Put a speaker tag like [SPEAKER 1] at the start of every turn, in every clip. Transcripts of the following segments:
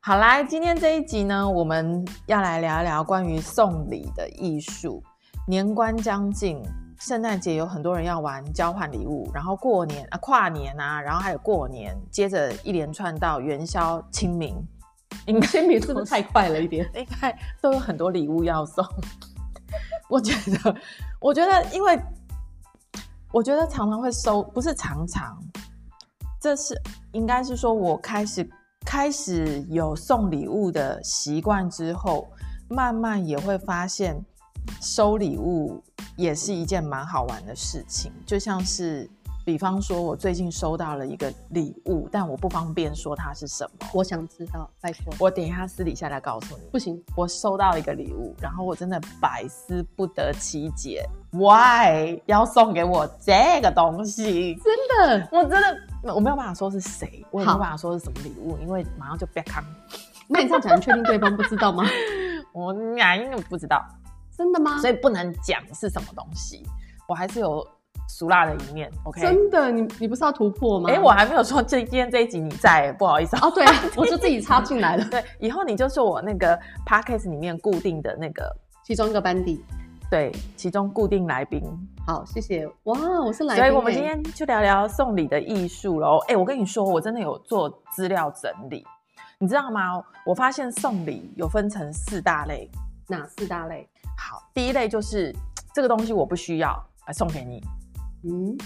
[SPEAKER 1] 好啦，今天这一集呢，我们要来聊一聊关于送礼的艺术。年关将近，圣诞节有很多人要玩交换礼物，然后过年啊、跨年啊，然后还有过年，接着一连串到元宵、清明， 应该
[SPEAKER 2] 清明是不是太快了一点？
[SPEAKER 1] 应该都有很多礼物要送。我觉得，我觉得，因为我觉得常常会收，不是常常，这是应该是说，我开始开始有送礼物的习惯之后，慢慢也会发现，收礼物也是一件蛮好玩的事情。就像是，比方说，我最近收到了一个礼物，但我不方便说它是什么，
[SPEAKER 2] 我想知道，拜托，
[SPEAKER 1] 我等一下私底下来告诉你。
[SPEAKER 2] 不行，
[SPEAKER 1] 我收到一个礼物，然后我真的百思不得其解，Why 要送给我这个东西？
[SPEAKER 2] 真的，
[SPEAKER 1] 我真的我没有办法说是谁，我也没有
[SPEAKER 2] 好
[SPEAKER 1] 办法说是什么礼物，因为马上就被坑。
[SPEAKER 2] 那你这样讲，你确定对方不知道吗？
[SPEAKER 1] 我哪因为不知道，
[SPEAKER 2] 真的吗
[SPEAKER 1] 所？以不能讲是什么东西。我还是有俗辣的一面，OK？
[SPEAKER 2] 真的，你你不是要突破吗？
[SPEAKER 1] 哎、我还没有说这今天这一集你在，不好意思啊。
[SPEAKER 2] 哦，对， 我就自己插进来了，
[SPEAKER 1] 对， 以后你就是我那个 podcast 里面固定的那个，
[SPEAKER 2] 其中一个班底。
[SPEAKER 1] 对，其中固定来宾。
[SPEAKER 2] 好，谢谢。哇，我是来宾
[SPEAKER 1] 所
[SPEAKER 2] 欸，
[SPEAKER 1] 以我们今天就聊聊送礼的艺术喽。哎、我跟你说，我真的有做资料整理，你知道吗？我发现送礼有分成四大类。
[SPEAKER 2] 哪四大类？
[SPEAKER 1] 好，第一类就是嘖这个东西我不需要，啊，送给你。
[SPEAKER 2] 嗯，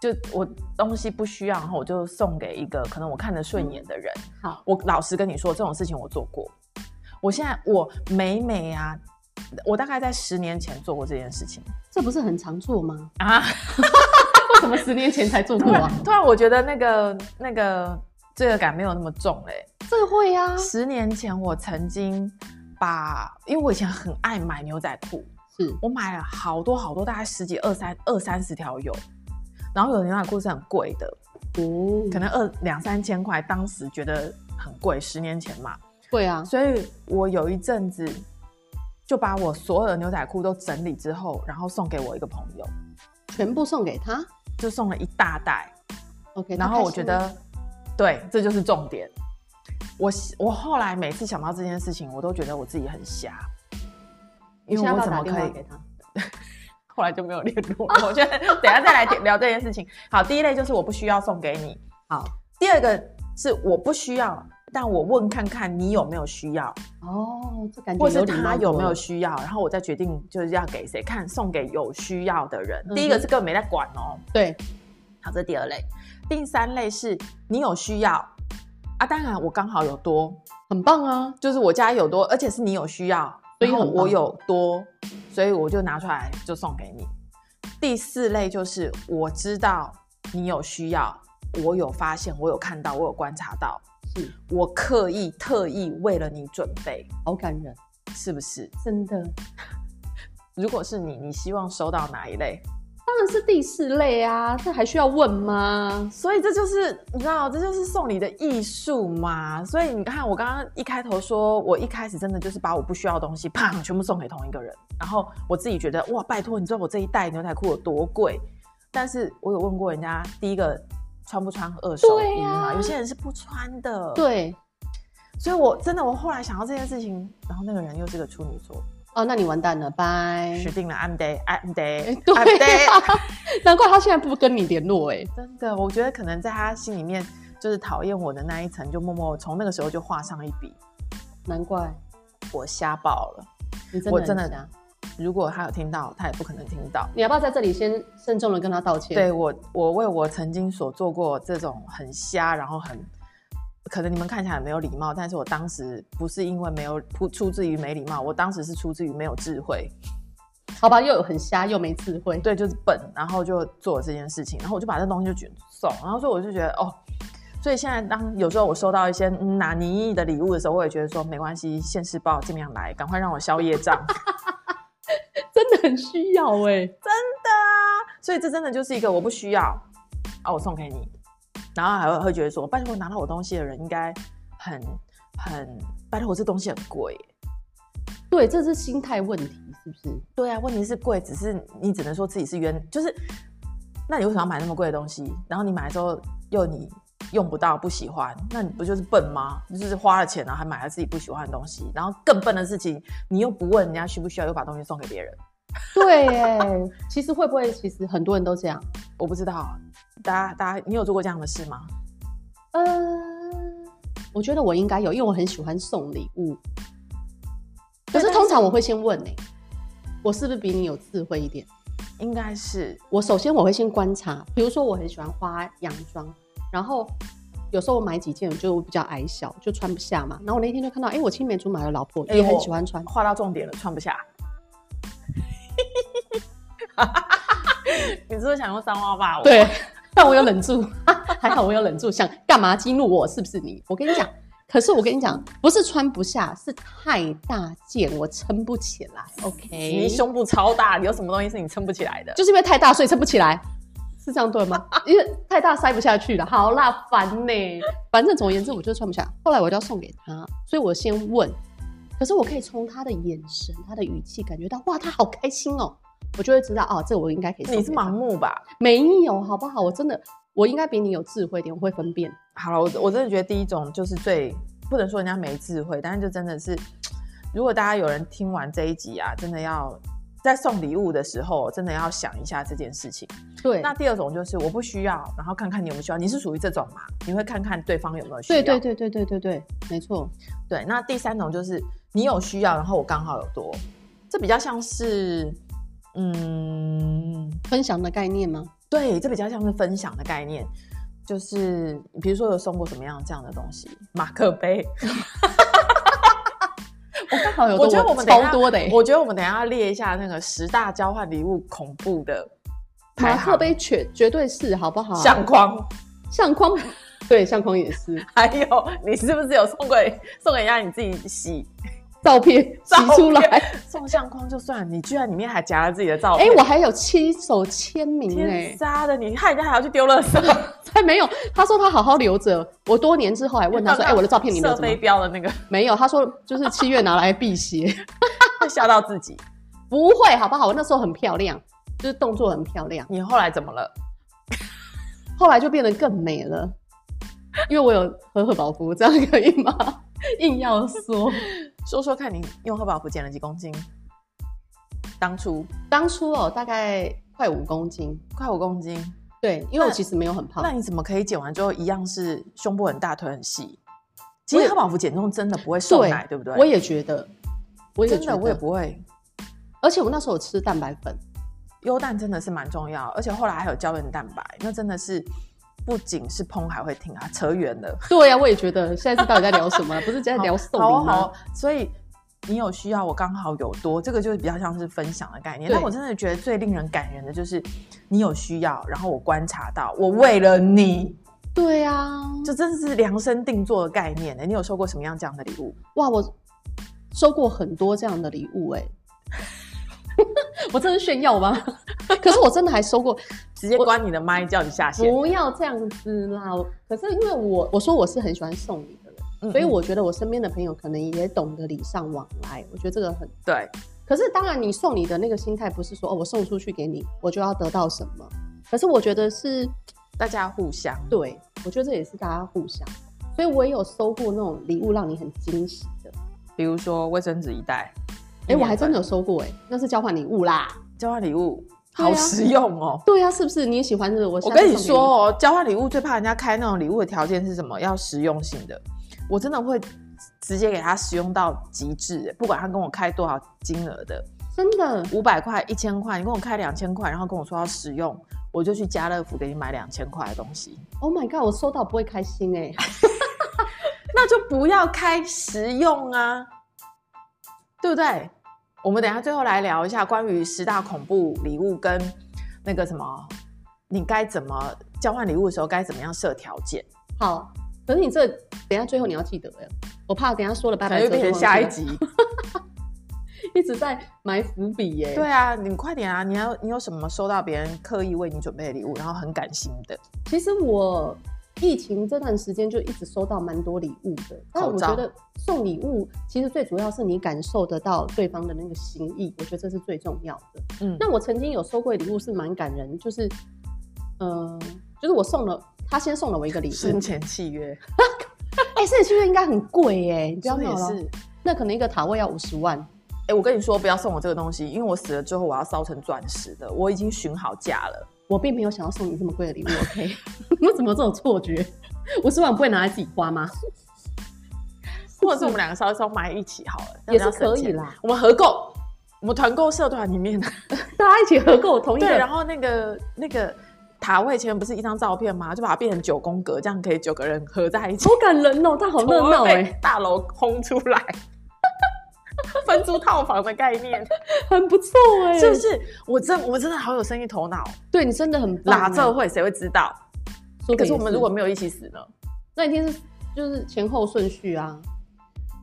[SPEAKER 1] 就我东西不需要，然后我就送给一个可能我看得顺眼的人。
[SPEAKER 2] 好，
[SPEAKER 1] 我老实跟你说，这种事情我做过。我现在我每每啊，我大概在十年前做过这件事情
[SPEAKER 2] 这不是很常做吗？
[SPEAKER 1] 啊。
[SPEAKER 2] 为什么十年前才做
[SPEAKER 1] 突
[SPEAKER 2] 过啊？
[SPEAKER 1] 然，突然我觉得那个那个罪恶感没有那么重嘞、
[SPEAKER 2] 这会啊，
[SPEAKER 1] 十年前，我曾经把，因为我以前很爱买牛仔裤，
[SPEAKER 2] 是
[SPEAKER 1] 我买了好多好多，大概十几、二三、二三十条有。然后有的牛仔裤是很贵的，
[SPEAKER 2] 哦，
[SPEAKER 1] 可能二两三千块，当时觉得很贵，十年前嘛。
[SPEAKER 2] 会啊，
[SPEAKER 1] 所以我有一阵子就把我所有的牛仔裤都整理之后，然后送给我一个朋友，
[SPEAKER 2] 全部送给他。
[SPEAKER 1] 就送了一大袋。
[SPEAKER 2] OK，
[SPEAKER 1] 然
[SPEAKER 2] 他
[SPEAKER 1] 后
[SPEAKER 2] 开
[SPEAKER 1] 我
[SPEAKER 2] 心
[SPEAKER 1] 觉
[SPEAKER 2] 吗
[SPEAKER 1] 得，对，这就是重点。我我后来每次想到这件事情，我都觉得我自己很瞎，因
[SPEAKER 2] 你
[SPEAKER 1] 为
[SPEAKER 2] 现在
[SPEAKER 1] 我
[SPEAKER 2] 要
[SPEAKER 1] 怎
[SPEAKER 2] 打
[SPEAKER 1] 么
[SPEAKER 2] 电
[SPEAKER 1] 可
[SPEAKER 2] 话
[SPEAKER 1] 以
[SPEAKER 2] 给？ 他？
[SPEAKER 1] 后来就没有联络了。我觉得等一下再来聊这件事情。好，第一类就是我不需要送给你，
[SPEAKER 2] 好，
[SPEAKER 1] 第二个是我不需要，但我问看看你有没有需要，
[SPEAKER 2] 哦，这感觉
[SPEAKER 1] 或是
[SPEAKER 2] 有礼貌
[SPEAKER 1] 他有没
[SPEAKER 2] 多
[SPEAKER 1] 有
[SPEAKER 2] 了
[SPEAKER 1] 需要，然后我再决定就是要给谁看，送给有需要的人。
[SPEAKER 2] 嗯哼
[SPEAKER 1] 第一个是根本没在管哦，
[SPEAKER 2] 对
[SPEAKER 1] 好，这是第二类。第三类是你有需要啊，当然我刚好有多，
[SPEAKER 2] 很棒啊，
[SPEAKER 1] 就是我家有多，而且是你有需要，
[SPEAKER 2] 所以
[SPEAKER 1] 然后
[SPEAKER 2] 哎很棒
[SPEAKER 1] 我有多，所以我就拿出来就送给你。第四类就是我知道你有需要，我有发现，我有看到，我有观察到，
[SPEAKER 2] 是
[SPEAKER 1] 我刻意特意为了你准备，
[SPEAKER 2] 好感人，
[SPEAKER 1] 是不是？
[SPEAKER 2] 真的。
[SPEAKER 1] 如果是你，你希望收到哪一类？
[SPEAKER 2] 当然是第四类啊，这还需要问吗？
[SPEAKER 1] 所以这就是你知道，这就是送礼的艺术嘛。所以你看，我刚刚一开头说，我一开始真的就是把我不需要的东西，砰，全部送给同一个人。然后我自己觉得，哇，拜托，你知道我这一袋牛仔裤有多贵？但是我有问过人家，第一个穿不穿二手衣嘛？
[SPEAKER 2] 对啊
[SPEAKER 1] 有些人是不穿的。，
[SPEAKER 2] 对，
[SPEAKER 1] 所以我真的，我后来想到这件事情，然后那个人又是个处女座，
[SPEAKER 2] 哦，那你完蛋了，拜。
[SPEAKER 1] 死定了，I'm dead，I'm
[SPEAKER 2] 哎
[SPEAKER 1] dead，I'm
[SPEAKER 2] 对
[SPEAKER 1] dead。
[SPEAKER 2] 啊， 难怪他现在不跟你联络哎、
[SPEAKER 1] 真的，我觉得可能在他心里面，就是讨厌我的那一层，就默默从那个时候就画上一笔。
[SPEAKER 2] 难怪
[SPEAKER 1] 我瞎爆了。
[SPEAKER 2] 你真的
[SPEAKER 1] 我真的
[SPEAKER 2] 很瞎
[SPEAKER 1] 如果他有听到，他也不可能听到。
[SPEAKER 2] 你要不要在这里先慎重的跟他道歉？
[SPEAKER 1] 对我，我为我曾经所做过这种很瞎，然后很可能你们看起来很没有礼貌，但是我当时不是因为没有不出自于没礼貌，我当时是出自于没有智慧，
[SPEAKER 2] 好吧，又有很瞎又没智慧，
[SPEAKER 1] 对，就是笨，然后就做了这件事情，然后我就把这东西就卷送，然后所以我就觉得哦。所以现在，当有时候我收到一些嗯拿泥的礼物的时候，我也觉得说没关系，现世报尽量来，赶快让我消业障。
[SPEAKER 2] 真的很需要哎、
[SPEAKER 1] 啊所以这真的就是一个我不需要啊，我送给你，然后还会会觉得说，拜托拿到我东西的人应该很很，拜托我这东西很贵耶。
[SPEAKER 2] 对，这是心态问题，是不 是？
[SPEAKER 1] 对啊，问题是贵，只是你只能说自己是冤，就是那你为什么要买那么贵的东西？然后你买了之后又你用不到、不喜欢，那你不就是笨吗？就是花了钱然后还买了自己不喜欢的东西，然后更笨的事情，你又不问人家需不需要，又把东西送给别人。
[SPEAKER 2] 对耶，其实会不会其实很多人都这样？
[SPEAKER 1] 我不知道，大家大家，你有做过这样的事吗？
[SPEAKER 2] 嗯，呃我觉得我应该有，因为我很喜欢送礼物。可
[SPEAKER 1] 对
[SPEAKER 2] 是
[SPEAKER 1] 但
[SPEAKER 2] 通常我会先问呢、我是不是比你有智慧一点？
[SPEAKER 1] 应该是
[SPEAKER 2] 我首先我会先观察，比如说我很喜欢花洋装，然后有时候我买几件就比较矮小，就穿不下嘛。然后我那天就看到，哎、我青梅竹马的老婆
[SPEAKER 1] 哎
[SPEAKER 2] 也很
[SPEAKER 1] 我
[SPEAKER 2] 喜欢穿，
[SPEAKER 1] 画到重点了，穿不下。 你是不是想用三花吧？，
[SPEAKER 2] 对， 但我有忍住， 还好我有忍住，想干嘛激怒我？是不是你？我跟你讲，可是我跟你讲，不是穿不下，是太大件，我撑不起来。OK，
[SPEAKER 1] 你胸部超大，有什么东西是你撑不起来的？
[SPEAKER 2] 就是因为太大，所以撑不起来，是这样对吗？因为太大塞不下去了。好啦，烦呢、反正总而言之，我就是穿不下。后来我就要送给他，所以我先问，可是我可以从他的眼神、他的语气感觉到，哇，他好开心哦。我就会知道哦，这我应该可以送给
[SPEAKER 1] 你
[SPEAKER 2] 他。
[SPEAKER 1] 是盲目吧？
[SPEAKER 2] 没有，好不好？我真的，我应该比你有智慧一点，我会分辨。
[SPEAKER 1] 好了，我我真的觉得第一种就是最不能说人家没智慧，但是就真的是，如果大家有人听完这一集啊，真的要在送礼物的时候，真的要想一下这件事情。
[SPEAKER 2] 对，
[SPEAKER 1] 那第二种就是我不需要，然后看看你有没有需要，你是属于这种嘛？你会看看对方有没有需要。
[SPEAKER 2] 对对对对对对对，没错。
[SPEAKER 1] 对，那第三种就是你有需要，然后我刚好有多，这比较像是，嗯，
[SPEAKER 2] 分享的概念吗？
[SPEAKER 1] 对，这比较像是分享的概念，就是比如说有送过什么样这样的东西，马克杯，
[SPEAKER 2] 我刚好有的，
[SPEAKER 1] 我觉得我们等一
[SPEAKER 2] 超
[SPEAKER 1] 下
[SPEAKER 2] 多的、欸。
[SPEAKER 1] 我觉得我们等一下列一下那个十大交换礼物恐怖的排
[SPEAKER 2] 马
[SPEAKER 1] 行
[SPEAKER 2] 克杯绝绝对是，好不好？
[SPEAKER 1] 相框，
[SPEAKER 2] 相框， 对，相框也是。
[SPEAKER 1] 还有你是不是有送给送给人家你自己洗
[SPEAKER 2] 照片洗出来，
[SPEAKER 1] 送相框就算，你居然里面还夹了自己的照
[SPEAKER 2] 哎、
[SPEAKER 1] 片，
[SPEAKER 2] 我还有亲手签名哎、
[SPEAKER 1] 天杀的，你害人家还要去丢垃圾。
[SPEAKER 2] 才没有。他说他好好留着，我多年之后还问他说，哎、我的照片你留
[SPEAKER 1] 射
[SPEAKER 2] 着吗
[SPEAKER 1] 飞？镖的那 个
[SPEAKER 2] 没有，他说就是七月拿来辟邪，
[SPEAKER 1] 会吓到自己。
[SPEAKER 2] 不会，好不好？我那时候很漂亮，就是动作很漂亮，
[SPEAKER 1] 你后来怎么了？
[SPEAKER 2] 后来就变得更美了，因为我有和荷宝芙，这样可以吗？ 硬要说，
[SPEAKER 1] 说说看你用贺宝福减了几公斤？当初
[SPEAKER 2] 当初哦，大概快五公斤，
[SPEAKER 1] 快五公斤，
[SPEAKER 2] 对，因为我
[SPEAKER 1] 那
[SPEAKER 2] 其实没有很胖
[SPEAKER 1] 那，你怎么可以减完之后一样是胸部很大、腿很细？其
[SPEAKER 2] 我也
[SPEAKER 1] 实贺宝福减重真的不会瘦奶，对不对？
[SPEAKER 2] 我也觉得，我也
[SPEAKER 1] 真
[SPEAKER 2] 觉
[SPEAKER 1] 的
[SPEAKER 2] 得，
[SPEAKER 1] 我也不会。
[SPEAKER 2] 而且我那时候有吃蛋白粉。
[SPEAKER 1] 优蛋真的是蛮重要，而且后来还有胶原蛋白，那真的是不仅是烹还会挺啊，扯远了。
[SPEAKER 2] 对呀、啊我也觉得现在是到底在聊什 么？不是在聊送
[SPEAKER 1] 好
[SPEAKER 2] 礼
[SPEAKER 1] 好
[SPEAKER 2] 吗
[SPEAKER 1] 好？，所以你有需要，我刚好有多，这个就是比较像是分享的概念。
[SPEAKER 2] 对
[SPEAKER 1] 但我真的觉得最令人感人的就是你有需要，然后我观察到，我为了你，
[SPEAKER 2] 对啊，
[SPEAKER 1] 这真的是量身定做的概念呢。欸你有收过什么样这样的礼物？
[SPEAKER 2] 哇，我收过很多这样的礼物 哎、我真的炫耀吗？ 可是我真的还收过，
[SPEAKER 1] 直接关你的麦，叫你下线。
[SPEAKER 2] 不要这样子啦。可是因为我我说我是很喜欢送礼的人，
[SPEAKER 1] 嗯
[SPEAKER 2] 所以
[SPEAKER 1] 嗯
[SPEAKER 2] 我觉得我身边的朋友可能也懂得礼尚往来，我觉得这个很。
[SPEAKER 1] 对
[SPEAKER 2] 可是当然，你送礼的那个心态不是说哦，我送出去给你，我就要得到什么。可是我觉得是
[SPEAKER 1] 大家互相
[SPEAKER 2] 对，我觉得这也是大家互相，所以我也有收过那种礼物让你很惊喜的。
[SPEAKER 1] 比如说卫生纸一袋，
[SPEAKER 2] 哎、我还真的
[SPEAKER 1] 有
[SPEAKER 2] 有收过、哎，那是交换礼物啦。
[SPEAKER 1] 交换礼物，
[SPEAKER 2] 对啊
[SPEAKER 1] 好实用哦。
[SPEAKER 2] 对呀、是不是你也喜欢这个？我
[SPEAKER 1] 我
[SPEAKER 2] 下次
[SPEAKER 1] 跟你
[SPEAKER 2] 送给
[SPEAKER 1] 说哦，交换礼物最怕人家开那种礼物的条件是什么？要实用性的。我真的会直接给他使用到极致，不管他跟我开多少金额的，
[SPEAKER 2] 你，真的
[SPEAKER 1] 五百块、一千块，你跟我开两千块，然后跟我说要实用，我就去家乐福给你买两千块的东西，
[SPEAKER 2] ，Oh my god，我收到不会开心哎、
[SPEAKER 1] 那就不要开实用啊，对不对？我们等一下最后来聊一下关于十大恐怖礼物跟那个什么，你该怎么交换礼物的时候该怎么样设条件。
[SPEAKER 2] 好，可是你这等一下最后你要记得哎、我怕等一下说了拜
[SPEAKER 1] 可
[SPEAKER 2] 拜
[SPEAKER 1] 能又
[SPEAKER 2] 之后就
[SPEAKER 1] 变成
[SPEAKER 2] 忘
[SPEAKER 1] 下
[SPEAKER 2] 记
[SPEAKER 1] 一
[SPEAKER 2] 了，
[SPEAKER 1] 集。
[SPEAKER 2] 一直在埋伏笔耶、
[SPEAKER 1] 对，啊，你快点啊！你要你有什么收到别人刻意为你准备的礼物，然后很感心的？
[SPEAKER 2] 其实我疫情这段时间就一直收到蛮多礼物的，但我
[SPEAKER 1] 口罩
[SPEAKER 2] 觉得送礼物其实最主要是你感受得到对方的那个心意，我觉得这是最重要的。
[SPEAKER 1] 嗯，
[SPEAKER 2] 那我曾经有收过礼物是蛮感人，就是，呃，就是我送了，他先送了我一个礼
[SPEAKER 1] 生
[SPEAKER 2] 物，
[SPEAKER 1] 前契约，
[SPEAKER 2] 哎，圣器月应该很贵哎，你不要
[SPEAKER 1] 说
[SPEAKER 2] 闹
[SPEAKER 1] 也
[SPEAKER 2] 了，
[SPEAKER 1] 是。
[SPEAKER 2] 那可能一个塔位要五十万，
[SPEAKER 1] 哎、我跟你说，不要送我这个东西，因为我死了之后我要烧成钻石的，我已经寻好价了。
[SPEAKER 2] 我并没有想要送你这么贵的礼物，OK？我 怎么这种错觉？五十万不会拿来自己花吗？
[SPEAKER 1] 或者是我们两个烧一烧埋一起好了，
[SPEAKER 2] 也
[SPEAKER 1] 这样比较
[SPEAKER 2] 是
[SPEAKER 1] 省
[SPEAKER 2] 可以
[SPEAKER 1] 钱
[SPEAKER 2] 啦。
[SPEAKER 1] 我们合购，我们团购社团里 面，
[SPEAKER 2] 大家一起合购，我同意。
[SPEAKER 1] 对，然后那个那个塔位前面不是一张照片吗？就把它变成九宫格，这样可以九个人合在一起
[SPEAKER 2] 好。感人哦，但好热
[SPEAKER 1] 我
[SPEAKER 2] 闹
[SPEAKER 1] 会被
[SPEAKER 2] 哎，
[SPEAKER 1] 大楼轰出来， 分租套房的概 念，
[SPEAKER 2] 很不错哎，
[SPEAKER 1] 是不是？我真我真的好有生意头脑，
[SPEAKER 2] 对你真的很棒
[SPEAKER 1] 哪
[SPEAKER 2] 哎。
[SPEAKER 1] 这会谁会知道？
[SPEAKER 2] 说得
[SPEAKER 1] 可
[SPEAKER 2] 也
[SPEAKER 1] 是我们如果没有一起死呢？
[SPEAKER 2] 那一天是就是前后顺序啊，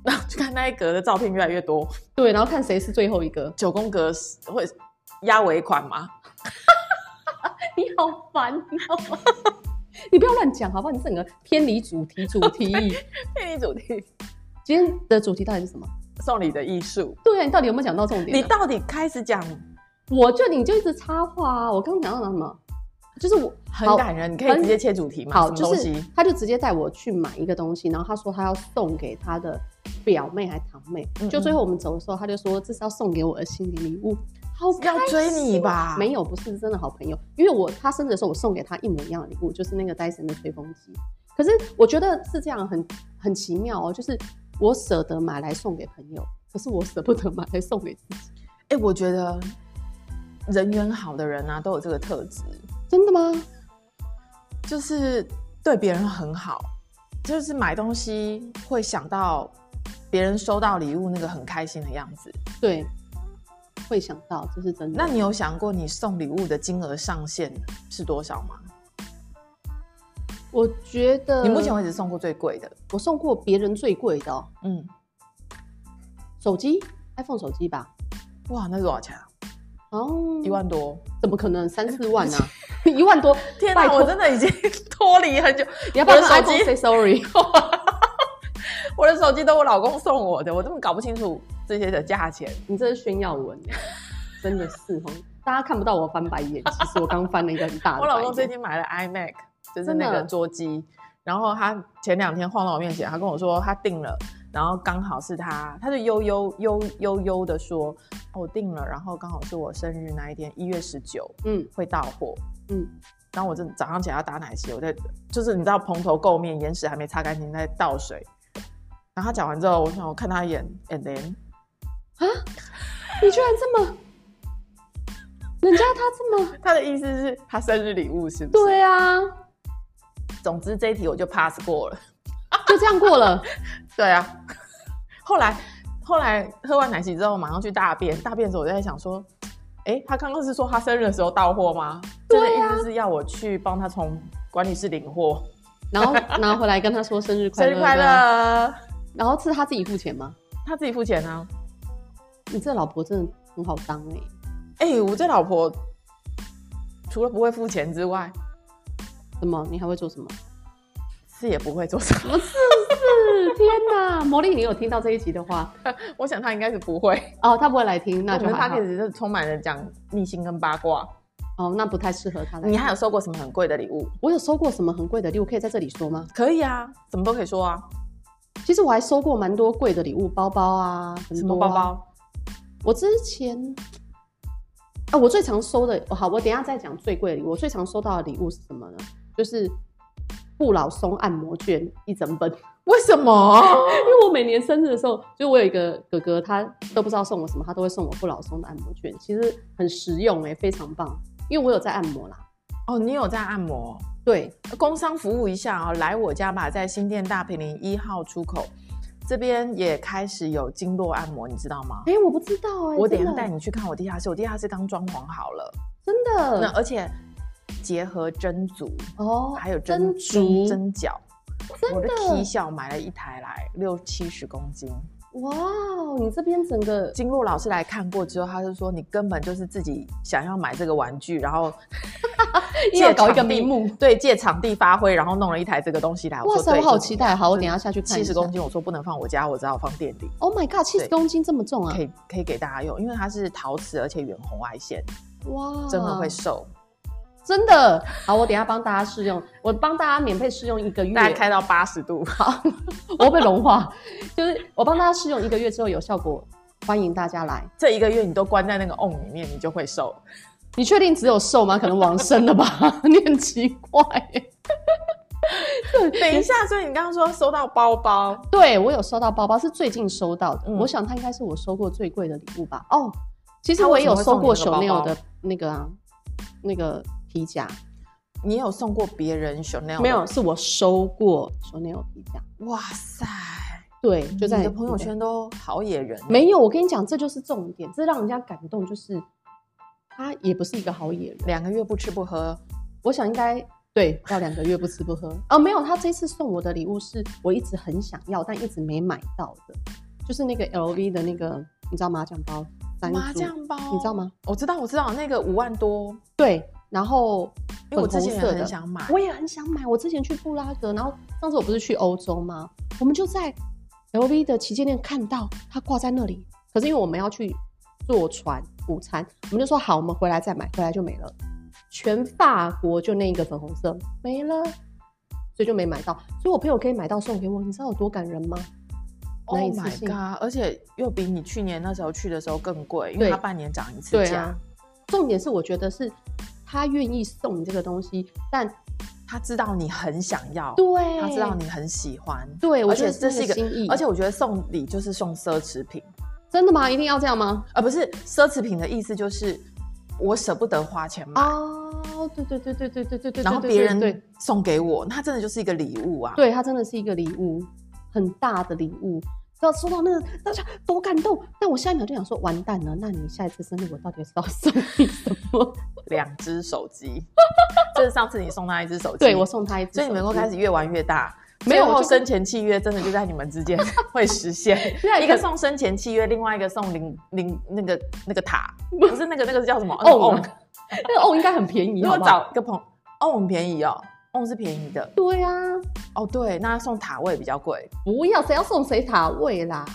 [SPEAKER 1] 然后就看那一格的照片越来越多，
[SPEAKER 2] 对，然后看谁是最后一个。
[SPEAKER 1] 九宫格是会压尾款吗？
[SPEAKER 2] 你好烦哦！ 你不要乱讲好不好？你整个偏离主题，主题。
[SPEAKER 1] 魅力主题
[SPEAKER 2] 今天的主题到底是什么？
[SPEAKER 1] 送礼的艺术，
[SPEAKER 2] 对啊，你到底有没有讲到重点
[SPEAKER 1] 你
[SPEAKER 2] 啊、
[SPEAKER 1] 到底开始讲
[SPEAKER 2] 我就你就一直插话啊！我刚刚讲到什么？就是我
[SPEAKER 1] 很感人，你可以
[SPEAKER 2] 很
[SPEAKER 1] 直接切主题吗？
[SPEAKER 2] 好，
[SPEAKER 1] 什么
[SPEAKER 2] 就
[SPEAKER 1] 东
[SPEAKER 2] 是
[SPEAKER 1] 西？
[SPEAKER 2] 他就直接带我去买一个东西，然后他说他要送给他的表妹还堂妹。
[SPEAKER 1] 嗯嗯
[SPEAKER 2] 就最后我们走的时候，他就说这是要送给我的新年礼物，好开哦
[SPEAKER 1] 要追你吧？
[SPEAKER 2] 没有，不是真的好朋友，因为我他生日的时候，我送给他一模一样的礼物，就是那个戴森的吹风机。可是我觉得是这样很很奇妙哦，就是我舍得买来送给朋友，可是我舍不得买来送给自己。
[SPEAKER 1] 哎、我觉得人缘好的人啊，都有这个特质，
[SPEAKER 2] 真的吗？
[SPEAKER 1] 就是对别人很好，就是买东西会想到别人收到礼物那个很开心的样子。
[SPEAKER 2] 对，会想到这是真的。
[SPEAKER 1] 那你有想过你送礼物的金额上限是多少吗？
[SPEAKER 2] 我觉得
[SPEAKER 1] 你目前为止送过最贵的，
[SPEAKER 2] 我送过别人最贵的、哦、
[SPEAKER 1] 嗯，
[SPEAKER 2] 手机，iPhone 手机吧？
[SPEAKER 1] 哇，那是多少钱、啊？
[SPEAKER 2] 哦，
[SPEAKER 1] 一万多。
[SPEAKER 2] 怎么可能三四万 呢、 一万多，
[SPEAKER 1] 天
[SPEAKER 2] 拜
[SPEAKER 1] 哪，
[SPEAKER 2] 托
[SPEAKER 1] 我真的已经 脱离很久，
[SPEAKER 2] 你要不要
[SPEAKER 1] 我的
[SPEAKER 2] 跟
[SPEAKER 1] 手
[SPEAKER 2] iPhone
[SPEAKER 1] 机
[SPEAKER 2] say sorry？
[SPEAKER 1] 我的手机都我老公送我的，我根本搞不清楚这些的价钱。
[SPEAKER 2] 你这是炫耀文耶，真的是哦。大家看不到我翻白眼，其实我刚翻了一个很大的
[SPEAKER 1] 我
[SPEAKER 2] 白眼。
[SPEAKER 1] 老公最近买了 iMac，就是
[SPEAKER 2] 真的
[SPEAKER 1] 那个桌机，然后他前两天晃到我面前，他跟我说他订了，然后刚好是他，他就悠悠悠悠悠的说，哦我订了，然后刚好是我生日那一天，一月十九
[SPEAKER 2] 嗯
[SPEAKER 1] 会到货。
[SPEAKER 2] 嗯，
[SPEAKER 1] 然后我这早上起来要打奶昔，我在就是你知道蓬头垢面，眼屎还没擦干净，在倒水。然后他讲完之后，我想我看他一眼，and then
[SPEAKER 2] 啊你居然这么，人家他这么，
[SPEAKER 1] 他的意思是他生日礼物是不是？
[SPEAKER 2] 对啊，
[SPEAKER 1] 总之这一题我就 pass 过了。
[SPEAKER 2] 就这样过了。
[SPEAKER 1] 对啊， 后来后来喝完奶昔之后，马上去大便。大便的时候，我就在想说，哎，他刚刚是说他生日的时候到货吗？
[SPEAKER 2] 对
[SPEAKER 1] 这
[SPEAKER 2] 啊
[SPEAKER 1] 个意思是要我去帮他从管理室领货。
[SPEAKER 2] 然后拿回来跟他说生日快
[SPEAKER 1] 生
[SPEAKER 2] 乐，
[SPEAKER 1] 日快。乐！
[SPEAKER 2] 然后是他自己付钱吗？
[SPEAKER 1] 他自己付钱啊。
[SPEAKER 2] 你这老婆真的很好当哎、
[SPEAKER 1] 哎、我这老婆除了不会付钱之外，
[SPEAKER 2] 什么？你还会做什么？
[SPEAKER 1] 是也不会做什么。
[SPEAKER 2] 是天哪，魔力，你有听到这一集的话
[SPEAKER 1] 我想她应该是不会。
[SPEAKER 2] 哦，他不会来听，那
[SPEAKER 1] 我
[SPEAKER 2] 就
[SPEAKER 1] 们
[SPEAKER 2] 还
[SPEAKER 1] 他
[SPEAKER 2] 好
[SPEAKER 1] 开。始是充满了讲秘辛跟八卦。
[SPEAKER 2] 哦，那不太适合他来。
[SPEAKER 1] 你还有收过什么很贵的礼物？
[SPEAKER 2] 我有收过什么很贵的礼物，可以在这里说吗？
[SPEAKER 1] 可以啊，什么都可以说啊，
[SPEAKER 2] 其实我还收过蛮多贵的礼物，包包啊，很
[SPEAKER 1] 什
[SPEAKER 2] 多
[SPEAKER 1] 么
[SPEAKER 2] 啊
[SPEAKER 1] 包。包。
[SPEAKER 2] 我之前啊，我最常收的，好，我等一下再讲最贵的礼物。我最常收到的礼物是什么呢？就是不老松按摩券一整本。
[SPEAKER 1] 为什么？
[SPEAKER 2] 因为我每年生日的时候，就我有一个哥哥，他都不知道送我什么，他都会送我不老松的按摩券，其实很实用哎、非常棒。因为我有在按摩啦，
[SPEAKER 1] 哦，你有在按摩？
[SPEAKER 2] 对，
[SPEAKER 1] 工商服务一下啊、来我家吧，在新店大平林一号出口这边也开始有经络按摩，你知道吗？
[SPEAKER 2] 哎、我不知道哎、
[SPEAKER 1] 我等一下
[SPEAKER 2] 真的
[SPEAKER 1] 带你去看我地下室，我地下室刚装潢好了，
[SPEAKER 2] 真
[SPEAKER 1] 那
[SPEAKER 2] 的
[SPEAKER 1] 而且结合蒸足，
[SPEAKER 2] 嗯哦，
[SPEAKER 1] 还有
[SPEAKER 2] 珍
[SPEAKER 1] 针
[SPEAKER 2] 珠
[SPEAKER 1] 珠、针脚。我的
[SPEAKER 2] 的
[SPEAKER 1] T 小买了一台来，六七十公斤。
[SPEAKER 2] 哇哦，你这边整个
[SPEAKER 1] 经络老师来看过之后，他就说你根本就是自己想要买这个玩具，然后
[SPEAKER 2] 要搞一个
[SPEAKER 1] 场地
[SPEAKER 2] 名目。
[SPEAKER 1] 对借场地发挥，然后弄了一台这个东西来。
[SPEAKER 2] 哇塞，我好期待！好，我等一下下去看一下。
[SPEAKER 1] 七十公斤，我说不能放我家，我只好放店里，
[SPEAKER 2] ，Oh my god，七十
[SPEAKER 1] 对
[SPEAKER 2] 公斤这么重啊
[SPEAKER 1] 可！以
[SPEAKER 2] 嗯
[SPEAKER 1] 可以给大家用，因为它是陶瓷，而且远红外线，
[SPEAKER 2] 哇，
[SPEAKER 1] 真的会瘦。
[SPEAKER 2] 真的。好，我等一下帮大家试用，我帮大家免费试用一个月，
[SPEAKER 1] 大概开到八十度，
[SPEAKER 2] 我会被融化。就是我帮大家试用一个月之后有效果，欢迎大家来。
[SPEAKER 1] 这一个月你都关在那个瓮里面，你就会 瘦。
[SPEAKER 2] 你确定只有瘦吗？可能往生了 吧？你很奇怪耶、
[SPEAKER 1] 等一下，所以你刚刚说收到包包，
[SPEAKER 2] 对我有收到包包，是最近收到的。
[SPEAKER 1] 嗯
[SPEAKER 2] 我想它应该是我收过最贵的礼物吧。哦，其实
[SPEAKER 1] 它
[SPEAKER 2] 我
[SPEAKER 1] 为
[SPEAKER 2] 也
[SPEAKER 1] 什么
[SPEAKER 2] 有
[SPEAKER 1] 会
[SPEAKER 2] 收
[SPEAKER 1] 送
[SPEAKER 2] 过
[SPEAKER 1] 你一个包
[SPEAKER 2] Chanel
[SPEAKER 1] 包
[SPEAKER 2] 的那个啊，那个皮夹，
[SPEAKER 1] 你有送过别人 Chanel 的
[SPEAKER 2] 没有，？是我收过 Chanel 皮夹。
[SPEAKER 1] 哇塞，
[SPEAKER 2] 对，就在
[SPEAKER 1] 你的朋友圈都好野人，
[SPEAKER 2] 没有。我跟你讲，这就是重点，这让人家感动，就是他也不是一个好野人。
[SPEAKER 1] 两个月不吃不喝，
[SPEAKER 2] 我想应该对，要两个月不吃不喝。哦，没有，他这次送我的礼物是我一直很想要，但一直没买到的，就是那个 LV 的那个，你知道麻将包，三
[SPEAKER 1] 麻
[SPEAKER 2] 株
[SPEAKER 1] 将包，
[SPEAKER 2] 你知道？吗？
[SPEAKER 1] 我知道，我知道，那个五万多，
[SPEAKER 2] 对，然后
[SPEAKER 1] 因为我之前
[SPEAKER 2] 粉
[SPEAKER 1] 也
[SPEAKER 2] 红色的
[SPEAKER 1] 很想买，
[SPEAKER 2] 我也很想买。我之前去布拉格，然后上次我不是去欧洲吗？我们就在 LV 的旗舰店看到它挂在那里，可是因为我们要去坐船午餐，我们就说好，我们回来再买，回来就没了。全法国就那一个粉红色没了，所以就没买到。所以我朋友可以买到送给我，你知道有多感人吗？
[SPEAKER 1] Oh
[SPEAKER 2] 那一次
[SPEAKER 1] my
[SPEAKER 2] 性
[SPEAKER 1] god！而且又比你去年那时候去的时候更贵，因
[SPEAKER 2] 对
[SPEAKER 1] 为它半年涨一次
[SPEAKER 2] 对
[SPEAKER 1] 价。
[SPEAKER 2] 啊，重点是我觉得是他愿意送你这个东西，但
[SPEAKER 1] 他知道你很想要，
[SPEAKER 2] 对
[SPEAKER 1] 他知道你很喜欢，
[SPEAKER 2] 对，我
[SPEAKER 1] 而
[SPEAKER 2] 觉得
[SPEAKER 1] 且这是一个
[SPEAKER 2] 心意，
[SPEAKER 1] 而且我觉得送礼就是送奢侈品，呃
[SPEAKER 2] 真的吗？一定要这样吗？
[SPEAKER 1] 而不是奢侈品的意思就是我舍不得花钱买，
[SPEAKER 2] 哦，对对对对对对对对，
[SPEAKER 1] 然后
[SPEAKER 2] 对
[SPEAKER 1] 别
[SPEAKER 2] 对
[SPEAKER 1] 人
[SPEAKER 2] 对，
[SPEAKER 1] 送给我，那真的就是一个礼物啊。
[SPEAKER 2] 对它真的是一个礼物，很大的礼物。只要收到那个，大家多感动！但我下一秒就想说，完蛋了，那你下一次生日我到底是要送你 什么？
[SPEAKER 1] 两只手机，这是上次你送他一只手机，
[SPEAKER 2] 对我，送他一只手机，
[SPEAKER 1] 所以你们都开始越玩越大。
[SPEAKER 2] 没有
[SPEAKER 1] 最
[SPEAKER 2] 我
[SPEAKER 1] 后
[SPEAKER 2] 就跟
[SPEAKER 1] 生前契约真的就在你们之间 会实现。
[SPEAKER 2] 对啊
[SPEAKER 1] 一个送生前契约，另外一个送零零那个那个 塔，不是那个那个叫什么？
[SPEAKER 2] 哦
[SPEAKER 1] 哦，
[SPEAKER 2] 那个哦应该 很便宜，
[SPEAKER 1] 如果
[SPEAKER 2] 好不好
[SPEAKER 1] 找一个朋哦，很便宜哦，哦是便宜的
[SPEAKER 2] 对啊，
[SPEAKER 1] 哦，对，那送塔位比较贵，
[SPEAKER 2] 不要谁要送谁塔位啦？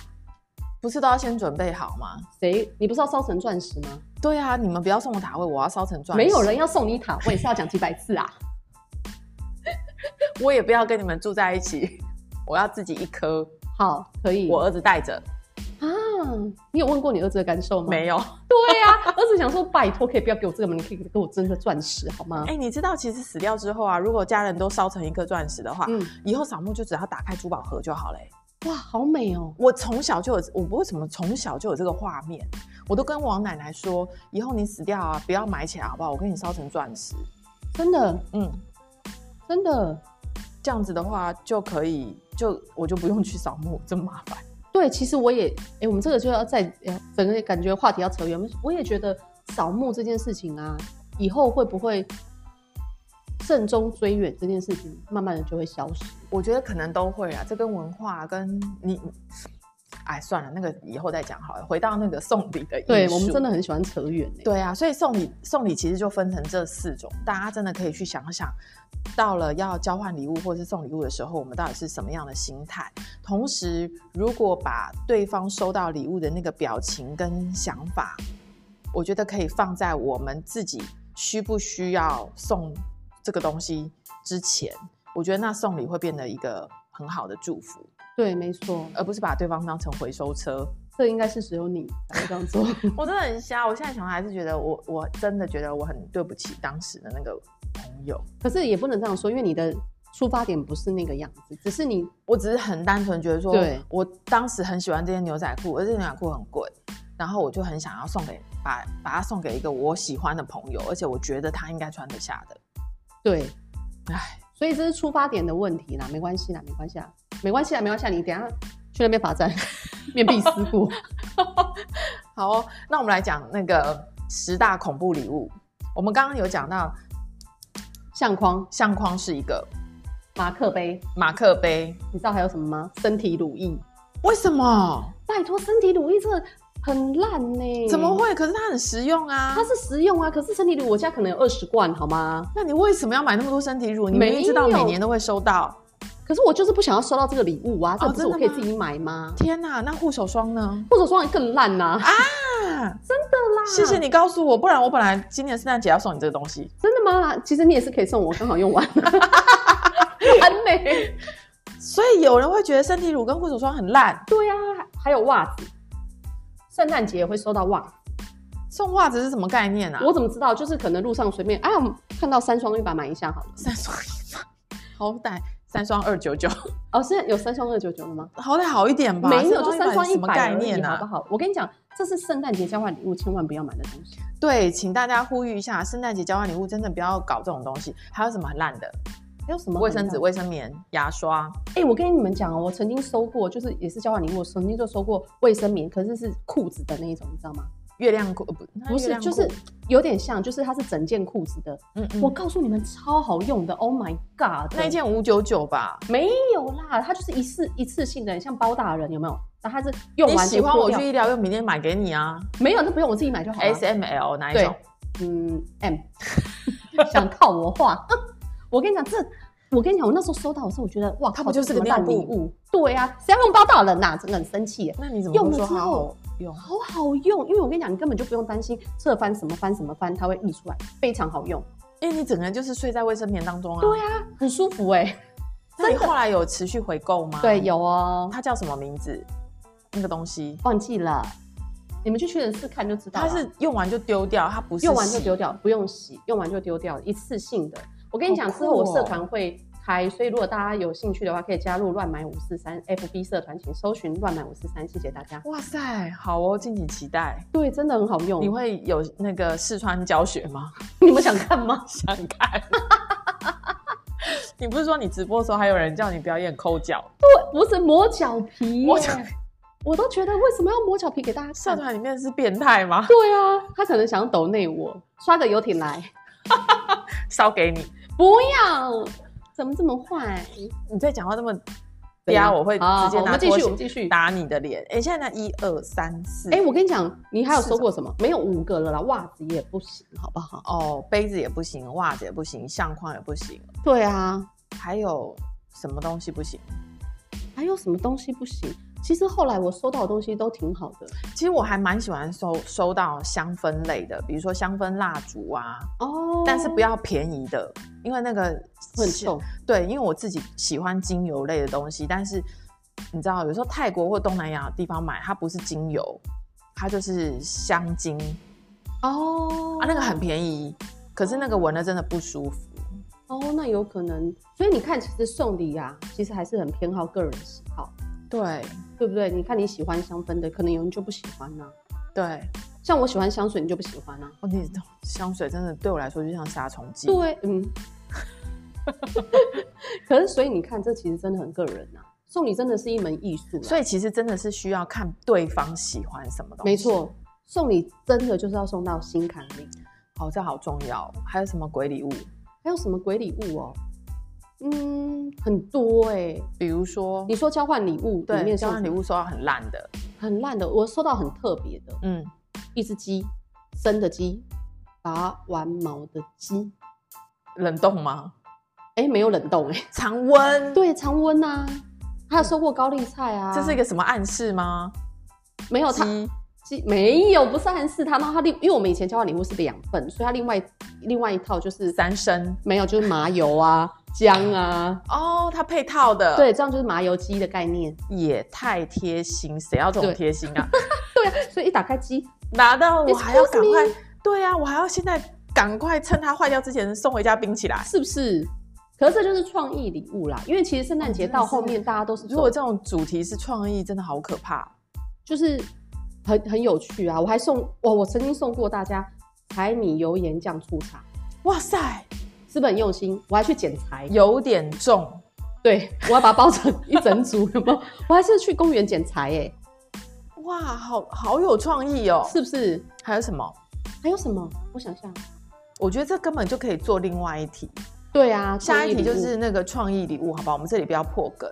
[SPEAKER 1] 不是都要先准备好吗？
[SPEAKER 2] 谁你不是要烧成钻石吗？
[SPEAKER 1] 对啊，你们不要送我塔位，我要烧成钻石。
[SPEAKER 2] 没有人，要送你塔位是要讲几百次啊？
[SPEAKER 1] 我也不要跟你们住在一起， 我要自己一颗，
[SPEAKER 2] 好，可以
[SPEAKER 1] 我儿子带着。
[SPEAKER 2] 啊，你有问过你儿子的感受吗？
[SPEAKER 1] 没有，
[SPEAKER 2] 对呀、儿子想说，拜托可以不要给我这个吗？你可以给我真的钻石好吗
[SPEAKER 1] 哎、？你知道其实死掉之后啊，如果家人都烧成一颗钻石的话，
[SPEAKER 2] 嗯，
[SPEAKER 1] 以后扫墓就只要打开珠宝盒就好嘞、欸
[SPEAKER 2] 哇，好美哦！
[SPEAKER 1] 我从小就有，我不为什么从小就有这个画面，我都跟王奶奶说，以后你死掉啊，不要埋起来好不好？我给你烧成钻石。
[SPEAKER 2] 真的，
[SPEAKER 1] 嗯，
[SPEAKER 2] 真的，
[SPEAKER 1] 这样子的话就可以，就我就不用去扫墓，这么麻烦。
[SPEAKER 2] 对，其实我也，哎、我们这个就要再哎整个感觉话题要扯远。我也觉得扫墓这件事情啊，以后会不会慎终追远这件事情，慢慢的就会消失。
[SPEAKER 1] 我觉得可能都会啊，这跟文化跟你，哎，算了，那个以后再讲好了。回到那个送礼的艺术，
[SPEAKER 2] 对我们真的很喜欢扯远哎、
[SPEAKER 1] 对啊，所以送礼送礼其实就分成这四种，大家真的可以去想想，到了要交换礼物或是送礼物的时候，我们到底是什么样的心态？同时，如果把对方收到礼物的那个表情跟想法，我觉得可以放在我们自己需不需要送这个东西之前，我觉得那送礼会变得一个很好的祝福，
[SPEAKER 2] 对，没错，
[SPEAKER 1] 而不是把对方当成回收车。
[SPEAKER 2] 这应该是只有你才会这样做。
[SPEAKER 1] 我真的很瞎，我现在想还是觉得我我真的觉得我很对不起当时的那个朋友，
[SPEAKER 2] 可是也不能这样说，因为你的出发点不是那个样子，只是你
[SPEAKER 1] 我只是很单纯觉得说
[SPEAKER 2] 对，
[SPEAKER 1] 我当时很喜欢这件牛仔裤，而这件牛仔裤很贵，然后我就很想要送给把把它送给一个我喜欢的朋友，而且我觉得他应该穿得下的。
[SPEAKER 2] 对
[SPEAKER 1] 唉，
[SPEAKER 2] 所以这是出发点的问题啦，没关系啦，没关系啦，没关系啦，没关系啦，你等一下去那边罚站， 面壁思过。
[SPEAKER 1] 好、哦，那我们来讲那个十大恐怖礼物。我们刚刚有讲到
[SPEAKER 2] 相框、
[SPEAKER 1] 相框是一个
[SPEAKER 2] 马克杯，
[SPEAKER 1] 马克杯，
[SPEAKER 2] 你知道还有什么吗？身体乳液，
[SPEAKER 1] 为什么？
[SPEAKER 2] 拜托，身体乳液真的很烂呢、
[SPEAKER 1] 怎么？会？啊可是嗯它很实用啊
[SPEAKER 2] 它。是实用啊，可是身体乳我家可能有二十罐，好吗？
[SPEAKER 1] 那你为什么要买那么多身体乳？你
[SPEAKER 2] 没
[SPEAKER 1] 明明知道
[SPEAKER 2] 有
[SPEAKER 1] 每年都会收到。
[SPEAKER 2] 可是我就是不想要收到这个礼物啊，这
[SPEAKER 1] 哦
[SPEAKER 2] 不是
[SPEAKER 1] 真
[SPEAKER 2] 我
[SPEAKER 1] 的
[SPEAKER 2] 可以
[SPEAKER 1] 吗
[SPEAKER 2] 自己买吗？
[SPEAKER 1] 天哪，那护手霜呢？
[SPEAKER 2] 或者说更烂呐、啊？
[SPEAKER 1] 啊，
[SPEAKER 2] 更烂
[SPEAKER 1] 谢谢你告诉我，不然我本来今年圣诞节要送你这个东西，
[SPEAKER 2] 真的吗？其实你也是可以送我，刚好 用完了，完美。
[SPEAKER 1] 所以有人会觉得身体乳跟护手霜很烂，
[SPEAKER 2] 对呀、啊，还有袜子，圣诞节也会收到袜子。
[SPEAKER 1] 送袜子是什么概念啊？
[SPEAKER 2] 我怎么知道？就是可能路上随便，哎呀，看到三双，一把买一下好了。
[SPEAKER 1] 三双一双，好歹三双二九九，
[SPEAKER 2] 哦，现在有三双二九九了吗？
[SPEAKER 1] 好歹好一点吧。
[SPEAKER 2] 没有，就
[SPEAKER 1] 100
[SPEAKER 2] 三双一
[SPEAKER 1] 什么
[SPEAKER 2] 百
[SPEAKER 1] 概
[SPEAKER 2] 而已
[SPEAKER 1] 念
[SPEAKER 2] 好不
[SPEAKER 1] 啊？
[SPEAKER 2] 好？我跟你讲，这是圣诞节交换礼物千万不要买的东西。
[SPEAKER 1] 对，请大家呼吁一下，圣诞节交换礼物真的不要搞这种东西。还有什么很烂的？
[SPEAKER 2] 还有什么
[SPEAKER 1] 卫生纸、
[SPEAKER 2] 很烂
[SPEAKER 1] 卫生棉、牙刷，
[SPEAKER 2] 哎、我跟你们讲哦，我曾经收过，就是也是交换礼物，我曾经就收过卫生棉，可是是裤子的那一种，你知道吗？
[SPEAKER 1] 月亮裤呃不那
[SPEAKER 2] 不
[SPEAKER 1] 月
[SPEAKER 2] 是，
[SPEAKER 1] 亮裤
[SPEAKER 2] 就是有点像，就是它是整件裤子的。
[SPEAKER 1] 嗯嗯，
[SPEAKER 2] 我告诉你们，超好用的，Oh my god！
[SPEAKER 1] 那一件五九九吧。
[SPEAKER 2] 没有啦，它就是一次一次性的，很像包大人有没有？然后它是用
[SPEAKER 1] 你
[SPEAKER 2] 完
[SPEAKER 1] 喜
[SPEAKER 2] 就
[SPEAKER 1] 欢
[SPEAKER 2] 脱
[SPEAKER 1] 我
[SPEAKER 2] 掉
[SPEAKER 1] 去医疗用品店买给你啊
[SPEAKER 2] 没有，那不用我自己买就好了。
[SPEAKER 1] ，S M L 哪一
[SPEAKER 2] 对
[SPEAKER 1] 种？，
[SPEAKER 2] 嗯，M，想套我话， 我跟你讲这。我跟你讲，我那时候收到的时候，我觉得哇，
[SPEAKER 1] 它
[SPEAKER 2] 靠
[SPEAKER 1] 不就是
[SPEAKER 2] 这什
[SPEAKER 1] 个
[SPEAKER 2] 么
[SPEAKER 1] 尿
[SPEAKER 2] 烂礼
[SPEAKER 1] 布
[SPEAKER 2] 物？对啊，谁要用包大人呐、真的很生气耶。
[SPEAKER 1] 那你怎么
[SPEAKER 2] 用
[SPEAKER 1] 会
[SPEAKER 2] 了
[SPEAKER 1] 说
[SPEAKER 2] 之
[SPEAKER 1] 它
[SPEAKER 2] 后
[SPEAKER 1] 好用？
[SPEAKER 2] 好好用，因为我跟你讲，你根本就不用担心侧翻什么翻什么翻，它会溢出来，非常好用。
[SPEAKER 1] 因为你整个人就是睡在卫生棉当中啊。
[SPEAKER 2] 对啊，很舒服哎、
[SPEAKER 1] 那你后来有持续回购吗？
[SPEAKER 2] 对，，有哦，
[SPEAKER 1] 它叫什么名字？那个东西，
[SPEAKER 2] 忘记了，你们去屈臣氏看就知道
[SPEAKER 1] 它
[SPEAKER 2] 了。
[SPEAKER 1] 是用完就丢掉，它不是
[SPEAKER 2] 用完就
[SPEAKER 1] 洗
[SPEAKER 2] 丢掉，不用洗，用完就丢掉，一次性的。我跟你讲，
[SPEAKER 1] 好
[SPEAKER 2] 之
[SPEAKER 1] 酷
[SPEAKER 2] 后我
[SPEAKER 1] 哦
[SPEAKER 2] 社团会开，所以如果大家有兴趣的话，可以加入乱买五四三 FB 社团，请搜寻乱买五四三，谢谢大家。
[SPEAKER 1] 哇塞，好哦，敬请期待。
[SPEAKER 2] 对，真的很好用。
[SPEAKER 1] 你会有那个试穿教学吗？
[SPEAKER 2] 你们想看吗？
[SPEAKER 1] 想看。 你不是说你直播的时候还有人叫你表演抠脚？
[SPEAKER 2] 不是磨脚皮耶，
[SPEAKER 1] 磨脚
[SPEAKER 2] 我都觉得为什么要磨脚皮给大家
[SPEAKER 1] 社
[SPEAKER 2] 看？
[SPEAKER 1] 团里面是变态吗？
[SPEAKER 2] 对啊，他可能想要抖内我，刷个游艇来，
[SPEAKER 1] 烧给你！
[SPEAKER 2] 不要，怎么这么坏？
[SPEAKER 1] 你再讲话这么
[SPEAKER 2] 怎
[SPEAKER 1] 嗲，
[SPEAKER 2] 样
[SPEAKER 1] 我会
[SPEAKER 2] 啊好
[SPEAKER 1] 直接
[SPEAKER 2] 好我
[SPEAKER 1] 拿
[SPEAKER 2] 们继
[SPEAKER 1] 拖
[SPEAKER 2] 续
[SPEAKER 1] 鞋
[SPEAKER 2] 我们继续
[SPEAKER 1] 打你的脸。哎，现在呢，一二三四，
[SPEAKER 2] 哎、我跟你讲，你还有
[SPEAKER 1] 是
[SPEAKER 2] 收过什么？没有五个了啦，袜子也不行，好不好？
[SPEAKER 1] 哦，杯子也不行，袜子也不行，相框也不行，
[SPEAKER 2] 对啊，
[SPEAKER 1] 还有什么东西不行？
[SPEAKER 2] 还有什么东西不行？其实后来我收到的东西都挺好的
[SPEAKER 1] 其实我还蛮喜欢收收到香氛类的，比如说香氛蜡烛啊，
[SPEAKER 2] 哦
[SPEAKER 1] 但是不要便宜的，因为那个
[SPEAKER 2] 会很臭。
[SPEAKER 1] 对，因为我自己喜欢精油类的东西，但是你知道，有时候泰国或东南亚地方买，它不是精油，它就是香精
[SPEAKER 2] 哦
[SPEAKER 1] 啊，那个很便宜，可是那个闻了真的不舒服。
[SPEAKER 2] 哦，那有可能。所以你看，其实送礼啊，其实还是很偏好个人喜好，
[SPEAKER 1] 对
[SPEAKER 2] 对不对？你看你喜欢香氛的，可能有人就不喜欢呐、
[SPEAKER 1] 对，
[SPEAKER 2] 像我喜欢香水，你就不喜欢啊呐、
[SPEAKER 1] 哦，你香水真的对我来说就像杀虫剂。
[SPEAKER 2] 对，嗯。 可是，所以你看，这其实真的很个人呐、啊送礼真的是一门艺术、啊，
[SPEAKER 1] 所以其实真的是需要看对方喜欢什么东西。
[SPEAKER 2] 没，错，送礼真的就是要送到心坎里。
[SPEAKER 1] 哦，这好重要。还有什么鬼礼物？
[SPEAKER 2] 还有什么鬼礼物哦？嗯，很多哎、
[SPEAKER 1] 比如说
[SPEAKER 2] 你，说交换礼物里
[SPEAKER 1] 对，
[SPEAKER 2] 面
[SPEAKER 1] 交换礼
[SPEAKER 2] 物
[SPEAKER 1] 物收到很烂的，
[SPEAKER 2] 很烂的，我收到很特别的，
[SPEAKER 1] 嗯，
[SPEAKER 2] 一只鸡，生的鸡，拔完毛的鸡，
[SPEAKER 1] 冷冻吗？
[SPEAKER 2] 哎，没有冷冻哎、
[SPEAKER 1] 常温，
[SPEAKER 2] 对，常温啊。还有收过高丽菜啊，哦
[SPEAKER 1] 这是一个什么暗示吗？
[SPEAKER 2] 没有他
[SPEAKER 1] 鸡
[SPEAKER 2] 鸡没有不是暗示他，然后他另因为我们以前交换礼物是两份，所以他另外另外一套就是
[SPEAKER 1] 三升
[SPEAKER 2] 没有就是麻油啊、姜啊，
[SPEAKER 1] 哦，它配套的，，
[SPEAKER 2] 对，这样就是麻油鸡的概念。
[SPEAKER 1] 也太贴心，谁要这
[SPEAKER 2] 对
[SPEAKER 1] 种贴心啊？
[SPEAKER 2] 对啊，所以一打开鸡
[SPEAKER 1] 拿到我还要
[SPEAKER 2] Excuse
[SPEAKER 1] 赶
[SPEAKER 2] me
[SPEAKER 1] 快，对啊，我还要现在赶快趁它坏掉之前送回家冰起来。
[SPEAKER 2] 是不是？可是这就是创意礼物啦，因为其实圣诞
[SPEAKER 1] 哦
[SPEAKER 2] 节到后面大家都是
[SPEAKER 1] 如果
[SPEAKER 2] 送
[SPEAKER 1] 这种主题是创意，真的好可怕。
[SPEAKER 2] 就是很很有趣啊！我还送我我曾经送过大家柴米油盐酱醋茶，
[SPEAKER 1] 哇塞，
[SPEAKER 2] 是不是很用心？我还去捡柴，
[SPEAKER 1] 有点重，
[SPEAKER 2] 对我要把它包成一整组， 有没有？我还是去公园捡柴、欸，
[SPEAKER 1] 哇，好好有创意哦。
[SPEAKER 2] 是不是？
[SPEAKER 1] 还有什么？
[SPEAKER 2] 还有什么？我想想，
[SPEAKER 1] 我觉得这根本就可以做另外一题。
[SPEAKER 2] 对啊，
[SPEAKER 1] 下一
[SPEAKER 2] 创意
[SPEAKER 1] 题
[SPEAKER 2] 礼
[SPEAKER 1] 就
[SPEAKER 2] 物
[SPEAKER 1] 是那个创意礼物，好不好？我们这里不要破梗，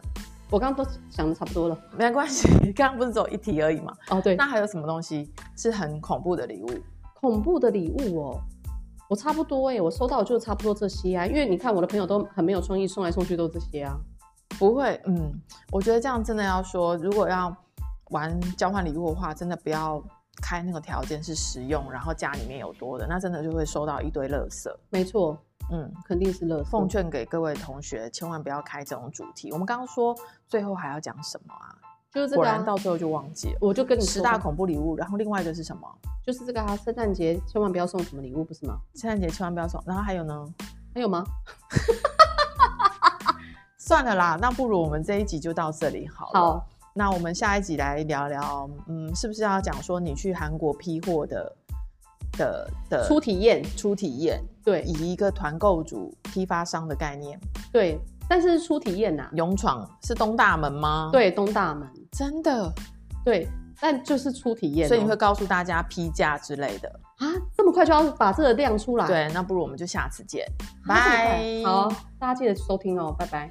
[SPEAKER 2] 我刚刚都想的差不多了
[SPEAKER 1] 没关系。 刚刚不是只有一题而已嘛？
[SPEAKER 2] 哦，对，
[SPEAKER 1] 那还有什么东西是很恐怖的礼物？
[SPEAKER 2] 恐怖的礼物哦，我差不多哎、我收到的就差不多这些啊，因为你看我的朋友都很没有创意，送来送去都这些啊。
[SPEAKER 1] 不会，嗯，我觉得这样真的要说，如果要玩交换礼物的话，真的不要开那个条件是实用，然后家里面有多的，那真的就会收到一堆垃圾。
[SPEAKER 2] 没错，
[SPEAKER 1] 嗯，
[SPEAKER 2] 肯定是乐色。
[SPEAKER 1] 奉劝给各位同学，千万不要开这种主题。我们刚刚说最后还要讲什么啊？
[SPEAKER 2] 就是这
[SPEAKER 1] 果
[SPEAKER 2] 个、
[SPEAKER 1] 然
[SPEAKER 2] 啊，
[SPEAKER 1] 到最后就忘记了。
[SPEAKER 2] 我就跟你
[SPEAKER 1] 十
[SPEAKER 2] 说
[SPEAKER 1] 大
[SPEAKER 2] 吧，
[SPEAKER 1] 恐怖礼物，然后另外一个是什么？
[SPEAKER 2] 就是这个啊，圣诞节千万不要送什么礼物，不是吗？
[SPEAKER 1] 圣诞节千万不要送。然后还有呢？
[SPEAKER 2] 还有吗？
[SPEAKER 1] 算了啦，那不如我们这一集就到这里好了。
[SPEAKER 2] 好，
[SPEAKER 1] 那我们下一集来聊聊，嗯，是不是要讲说你去韩国批货的的的
[SPEAKER 2] 初体验，
[SPEAKER 1] 初体验？
[SPEAKER 2] 对
[SPEAKER 1] 以一个团购主、批发商的概念，
[SPEAKER 2] 对，但是是初体验呐、啊
[SPEAKER 1] 勇闯是东大门吗？，
[SPEAKER 2] 对，东大门，
[SPEAKER 1] 真的，
[SPEAKER 2] 对，但就是初体验哦、
[SPEAKER 1] 所以你会告诉大家批价之类的。
[SPEAKER 2] 啊，这么快就要把这个亮出来？
[SPEAKER 1] 啊对，那不如我们就下次见，
[SPEAKER 2] 啊，
[SPEAKER 1] 拜
[SPEAKER 2] 这么快。好，大家记得收听哦，拜拜。